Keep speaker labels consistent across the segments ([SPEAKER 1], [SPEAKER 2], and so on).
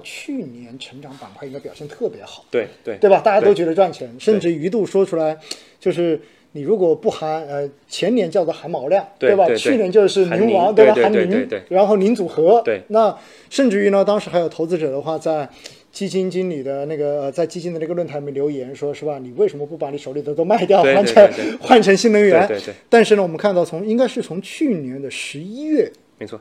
[SPEAKER 1] 去年成长板块应该表现特别好，
[SPEAKER 2] 对对
[SPEAKER 1] 对吧？大家都觉得赚钱，甚至一度说出来，就是你如果不含呃前年叫做含毛量，
[SPEAKER 2] 对
[SPEAKER 1] 吧？
[SPEAKER 2] 对对
[SPEAKER 1] 去年就是宁王，
[SPEAKER 2] 含宁对
[SPEAKER 1] 吧？
[SPEAKER 2] 对
[SPEAKER 1] 含
[SPEAKER 2] 对
[SPEAKER 1] 宁
[SPEAKER 2] 对对，
[SPEAKER 1] 然后宁组合，
[SPEAKER 2] 对
[SPEAKER 1] 那甚至于呢，当时还有投资者的话在。基金经理的那个呃在基金的那个论坛里面留言说，是吧？你为什么不把你手里的都卖掉，
[SPEAKER 2] 对对
[SPEAKER 1] 换
[SPEAKER 2] 对
[SPEAKER 1] 成
[SPEAKER 2] 对对
[SPEAKER 1] 换成新能源？
[SPEAKER 2] 对对对
[SPEAKER 1] 但是呢，我们看到从应该是从去年的十一月
[SPEAKER 2] 没错，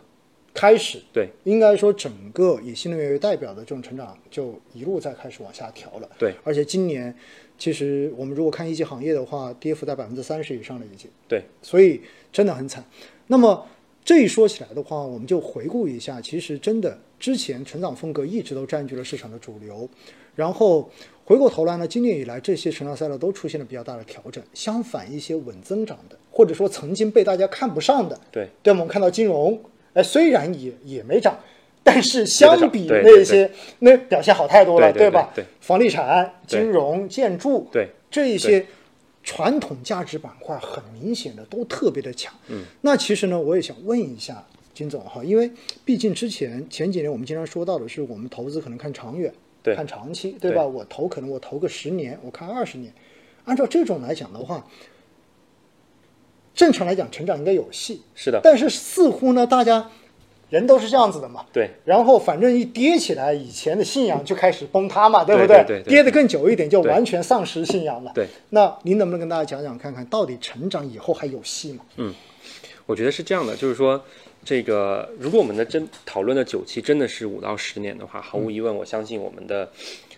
[SPEAKER 1] 开始，
[SPEAKER 2] 对
[SPEAKER 1] 应该说，整个以新能源为代表的这种成长，就一路在开始往下调了。
[SPEAKER 2] 对
[SPEAKER 1] 而且今年，其实我们如果看一级行业的话，跌幅在百分之三十以上了已经，
[SPEAKER 2] 对
[SPEAKER 1] 所以真的很惨。那么这一说起来的话，我们就回顾一下，其实真的之前成长风格一直都占据了市场的主流，然后回过头来呢，今年以来这些成长赛道都出现了比较大的调整，相反一些稳增长的，或者说曾经被大家看不上的，
[SPEAKER 2] 对
[SPEAKER 1] 对吗，我们看到金融，哎，虽然也也没涨，但是相比
[SPEAKER 2] 对
[SPEAKER 1] 那些那表现好太多了，
[SPEAKER 2] 对对
[SPEAKER 1] 吧？
[SPEAKER 2] 对对
[SPEAKER 1] 房地产、
[SPEAKER 2] 对
[SPEAKER 1] 金融、建筑，
[SPEAKER 2] 对
[SPEAKER 1] 这一些传统价值板块，很明显的都特别的强。嗯，那其实呢，我也想问一下金总啊哈，因为毕竟之前前几年我们经常说到的是，我们投资可能看长远，
[SPEAKER 2] 对
[SPEAKER 1] 看长期，对吧？
[SPEAKER 2] 对
[SPEAKER 1] 我投可能我投个十年，我看二十年。按照这种来讲的话，正常来讲成长应该有戏，
[SPEAKER 2] 是的
[SPEAKER 1] 但是似乎呢，大家人都是这样子的嘛，
[SPEAKER 2] 对
[SPEAKER 1] 然后反正一跌起来，以前的信仰就开始崩塌嘛，不
[SPEAKER 2] 对对对对
[SPEAKER 1] 跌得更久一点，就
[SPEAKER 2] 对
[SPEAKER 1] 完全丧失信仰了。
[SPEAKER 2] 对，
[SPEAKER 1] 那您能不能跟大家讲讲看看，到底成长以后还有戏吗？
[SPEAKER 2] 嗯我觉得是这样的，就是说，这个如果我们的真讨论的久期真的是五到十年的话，毫
[SPEAKER 1] 嗯
[SPEAKER 2] 无疑问，我相信我们的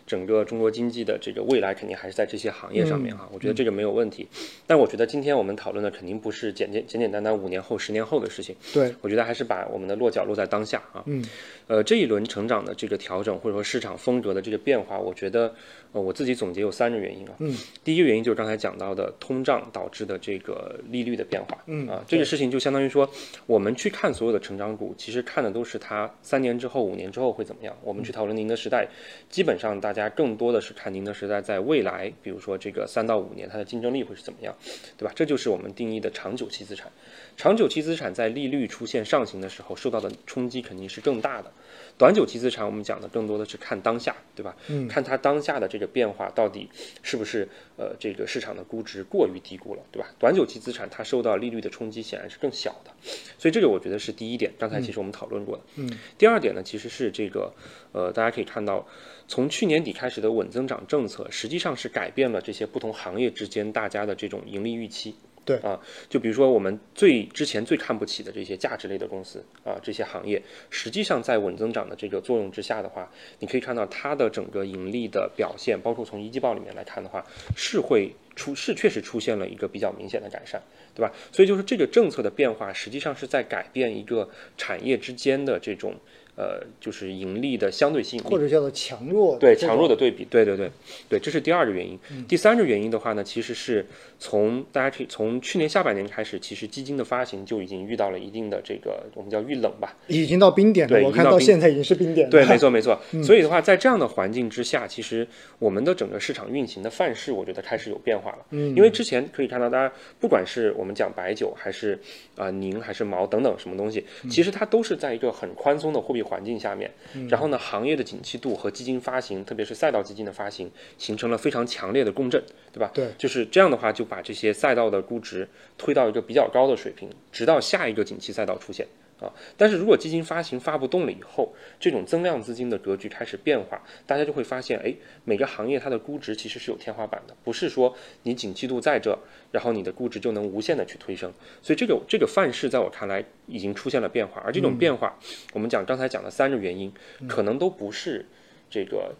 [SPEAKER 2] 整个中国经济的这个未来肯定还是在这些行业上
[SPEAKER 1] 嗯
[SPEAKER 2] 面哈、我觉得这个没有问题。但我觉得今天我们讨论的肯定不是简简简简单单五年后、十年后的事情，
[SPEAKER 1] 对，
[SPEAKER 2] 我觉得还是把我们的落脚落在当下啊。
[SPEAKER 1] 嗯，
[SPEAKER 2] 呃，这一轮成长的这个调整或者说市场风格的这个变化，我觉得呃我自己总结有三个原因啊。
[SPEAKER 1] 嗯，
[SPEAKER 2] 第一个原因就是刚才讲到的通胀导致的这个利率的变化。
[SPEAKER 1] 嗯
[SPEAKER 2] 啊，这个事情就相当于说，我们去看所有的成长股，其实看的都是它三年之后、五年之后会怎么样。我们
[SPEAKER 1] 嗯
[SPEAKER 2] 去讨论宁德时代，基本上大家更多的是看宁德时代在未来，比如说这个三到五年它的竞争力会是怎么样，对吧？这就是我们定义的长久期资产。长久期资产在利率出现上行的时候，受到的冲击肯定是更大的。短久期资产我们讲的更多的是看当下，对吧？
[SPEAKER 1] 嗯
[SPEAKER 2] 看它当下的这个变化到底是不是呃这个市场的估值过于低估了，对吧？短久期资产它受到利率的冲击显然是更小的，所以这个我觉得是第一点。刚才其实我们讨论过的。
[SPEAKER 1] 嗯。
[SPEAKER 2] 第二点呢，其实是这个呃，大家可以看到，从去年底开始的稳增长政策，实际上是改变了这些不同行业之间大家的这种盈利预期。
[SPEAKER 1] 对
[SPEAKER 2] 啊，就比如说我们最之前最看不起的这些价值类的公司啊，这些行业，实际上在稳增长的这个作用之下的话，你可以看到它的整个盈利的表现，包括从一季报里面来看的话，是会出是确实出现了一个比较明显的改善，对吧？所以就是这个政策的变化，实际上是在改变一个产业之间的这种呃，就是盈利的相对性，
[SPEAKER 1] 或者叫做强弱，
[SPEAKER 2] 对强弱的对比，对对对对，这是第二个原因。第三个原因的话呢，其实是从大家可以从去年下半年开始，其实基金的发行就已经遇到了一定的这个我们叫遇冷吧，
[SPEAKER 1] 已经到冰点了。
[SPEAKER 2] 对
[SPEAKER 1] 我
[SPEAKER 2] 已经
[SPEAKER 1] 看
[SPEAKER 2] 到
[SPEAKER 1] 到
[SPEAKER 2] 冰
[SPEAKER 1] 现在已经是冰点了。
[SPEAKER 2] 对，没错没错。所以的话，在这样的环境之下，其实我们的整个市场运行的范式，我觉得开始有变化了。嗯，因为之前可以看到，大家不管是我们讲白酒，还是啊、呃宁，还是茅等等什么东西，其实它都是在一个很宽松的货币环境下面。然后呢，行业的景气度和基金发行，特别是赛道基金的发行，形成了非常强烈的共振，对吧？
[SPEAKER 1] 对
[SPEAKER 2] 就是这样的话，就把这些赛道的估值推到一个比较高的水平，直到下一个景气赛道出现。啊，但是如果基金发行发不动了以后，这种增量资金的格局开始变化，大家就会发现，哎，每个行业它的估值其实是有天花板的，不是说你景气度在这，然后你的估值就能无限的去推升。所以这个这个范式在我看来已经出现了变化，而这种变化，我们讲刚才讲的三个原因，可能都不是这个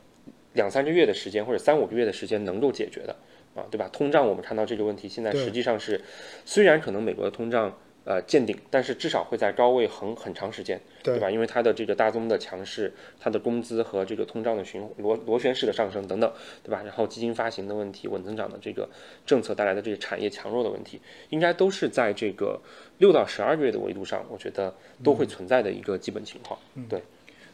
[SPEAKER 2] 两三个月的时间或者三五个月的时间能够解决的啊，对吧？通胀我们看到这个问题，现在
[SPEAKER 1] 对
[SPEAKER 2] 实际上是虽然可能美国的通胀呃见顶，但是至少会在高位横很长时间，
[SPEAKER 1] 对
[SPEAKER 2] 吧？因为它的这个大宗的强势，它的工资和这个通胀的循螺螺旋式的上升等等，对吧？然后基金发行的问题、稳增长的这个政策带来的这个产业强弱的问题，应该都是在这个六到十二个月的维度上，我觉得都
[SPEAKER 1] 嗯
[SPEAKER 2] 会存在的一个基本情况。对，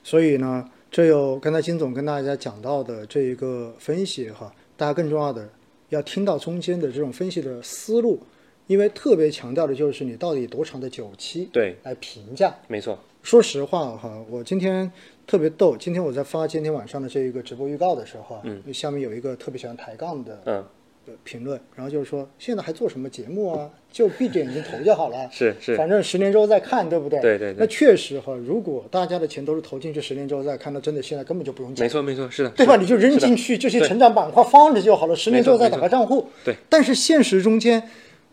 [SPEAKER 1] 所以呢，这有刚才金总跟大家讲到的这一个分析哈，大家更重要的要听到中间的这种分析的思路，因为特别强调的就是你到底多长的久期
[SPEAKER 2] 对，
[SPEAKER 1] 来评价
[SPEAKER 2] 没错，
[SPEAKER 1] 说实话哈，我今天特别逗，今天我在发今天晚上的这一个直播预告的时候，嗯，下面有一个特别喜欢抬杠的
[SPEAKER 2] 嗯，
[SPEAKER 1] 呃评论，然后就是说现在还做什么节目啊？ 就闭着眼睛投就好了。
[SPEAKER 2] 是是
[SPEAKER 1] 反正十年之后再看，对不对？
[SPEAKER 2] 对对对
[SPEAKER 1] 那确实哈，如果大家的钱都是投进去，十年之后再看，那真的现在根本就不用讲
[SPEAKER 2] 没，错没错，是的，
[SPEAKER 1] 对吧？
[SPEAKER 2] 是的
[SPEAKER 1] 你就扔
[SPEAKER 2] 是的
[SPEAKER 1] 进去这些成长板块放着就好了，十年之后再打开账户。
[SPEAKER 2] 对。
[SPEAKER 1] 但是现实中间。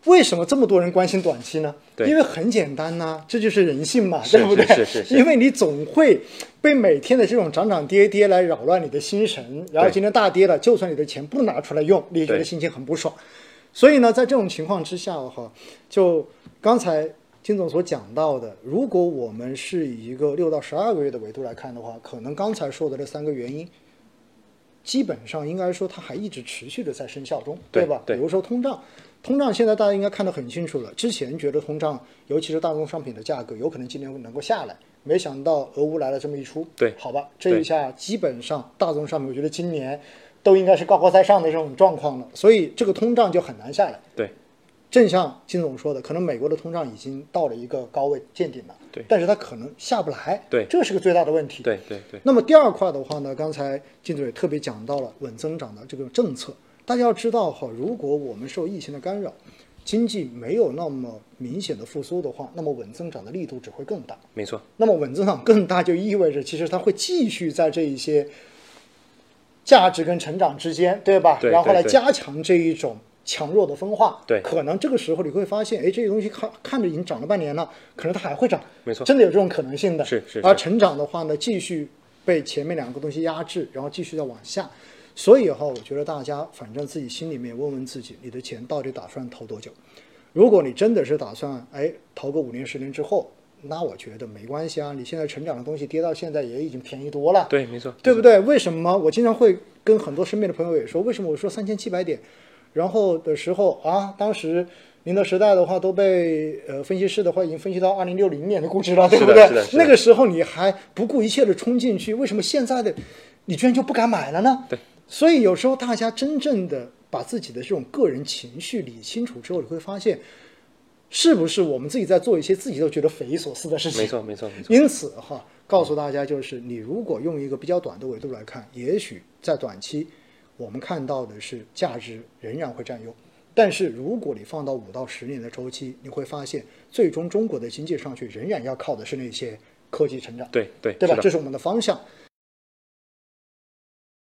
[SPEAKER 1] 为什么这么多人关心短期呢？
[SPEAKER 2] 对
[SPEAKER 1] 因为很简单呐、这就是人性嘛，
[SPEAKER 2] 是
[SPEAKER 1] 对不对？
[SPEAKER 2] 是是是
[SPEAKER 1] 因为你总会被每天的这种涨涨跌跌来扰乱你的心神，然后
[SPEAKER 2] 对
[SPEAKER 1] 今天大跌了，就算你的钱不拿出来用，你也觉得
[SPEAKER 2] 对
[SPEAKER 1] 心情很不爽。所以呢，在这种情况之下哈，就刚才金总所讲到的，如果我们是以一个六到十二个月的维度来看的话，可能刚才说的这三个原因，基本上应该说它还一直持续的在生效中，
[SPEAKER 2] 对
[SPEAKER 1] 吧？
[SPEAKER 2] 对
[SPEAKER 1] 比如说通胀，通胀现在大家应该看得很清楚了。之前觉得通胀，尤其是大宗商品的价格，有可能今年能够下来，没想到俄乌来了这么一出，
[SPEAKER 2] 对
[SPEAKER 1] 好吧，这一下基本上大宗商品，我觉得今年都应该是高高在上的这种状况了，所以这个通胀就很难下来。
[SPEAKER 2] 对
[SPEAKER 1] 正像金总说的，可能美国的通胀已经到了一个高位见顶了，
[SPEAKER 2] 对
[SPEAKER 1] 但是它可能下不来，
[SPEAKER 2] 对
[SPEAKER 1] 这是个最大的问题。
[SPEAKER 2] 对对对，
[SPEAKER 1] 那么第二块的话呢，刚才金总也特别讲到了稳增长的这个政策。大家要知道哈，如果我们受疫情的干扰，经济没有那么明显的复苏的话，那么稳增长的力度只会更大。
[SPEAKER 2] 没错，
[SPEAKER 1] 那么稳增长更大，就意味着其实它会继续在这一些价值跟成长之间，对吧？
[SPEAKER 2] 对
[SPEAKER 1] 然后
[SPEAKER 2] 对
[SPEAKER 1] 来
[SPEAKER 2] 对
[SPEAKER 1] 加强这一种强弱的分化。
[SPEAKER 2] 对
[SPEAKER 1] 可能这个时候你会发现，哎，这个东西看看着已经涨了半年了，可能它还会涨，
[SPEAKER 2] 没错
[SPEAKER 1] 真的有这种可能性的。
[SPEAKER 2] 是是
[SPEAKER 1] 而
[SPEAKER 2] 是
[SPEAKER 1] 成长的话呢，继续被前面两个东西压制，然后继续再往下。所以哈，我觉得大家反正自己心里面问问自己，你的钱到底打算投多久？如果你真的是打算哎投个五年十年之后，那我觉得没关系啊，你现在成长的东西跌到现在也已经便宜多了，
[SPEAKER 2] 对没错，
[SPEAKER 1] 对不对？为什么我经常会跟很多身边的朋友也说，为什么我说三千七百点，然后的时候啊，当时宁德时代的话都被呃分析师的话已经分析到二零六零年的估值了，对
[SPEAKER 2] 是的
[SPEAKER 1] 不对
[SPEAKER 2] 是的是？的
[SPEAKER 1] 那个时候你还不顾一切的冲进去，为什么现在的你居然就不敢买了呢？
[SPEAKER 2] 对，
[SPEAKER 1] 所以有时候大家真正的把自己的这种个人情绪理清楚之后，你会发现。是不是我们自己在做一些自己都觉得匪夷所思的事情？
[SPEAKER 2] 没错没错没错，
[SPEAKER 1] 因此哈，告诉大家就是，你如果用一个比较短的维度来看，也许在短期我们看到的是价值仍然会占优，但是如果你放到五到十年的周期，你会发现最终中国的经济上去仍然要靠的是那些科技成长，
[SPEAKER 2] 对对
[SPEAKER 1] 对吧？这
[SPEAKER 2] 是的，
[SPEAKER 1] 是我们的方向。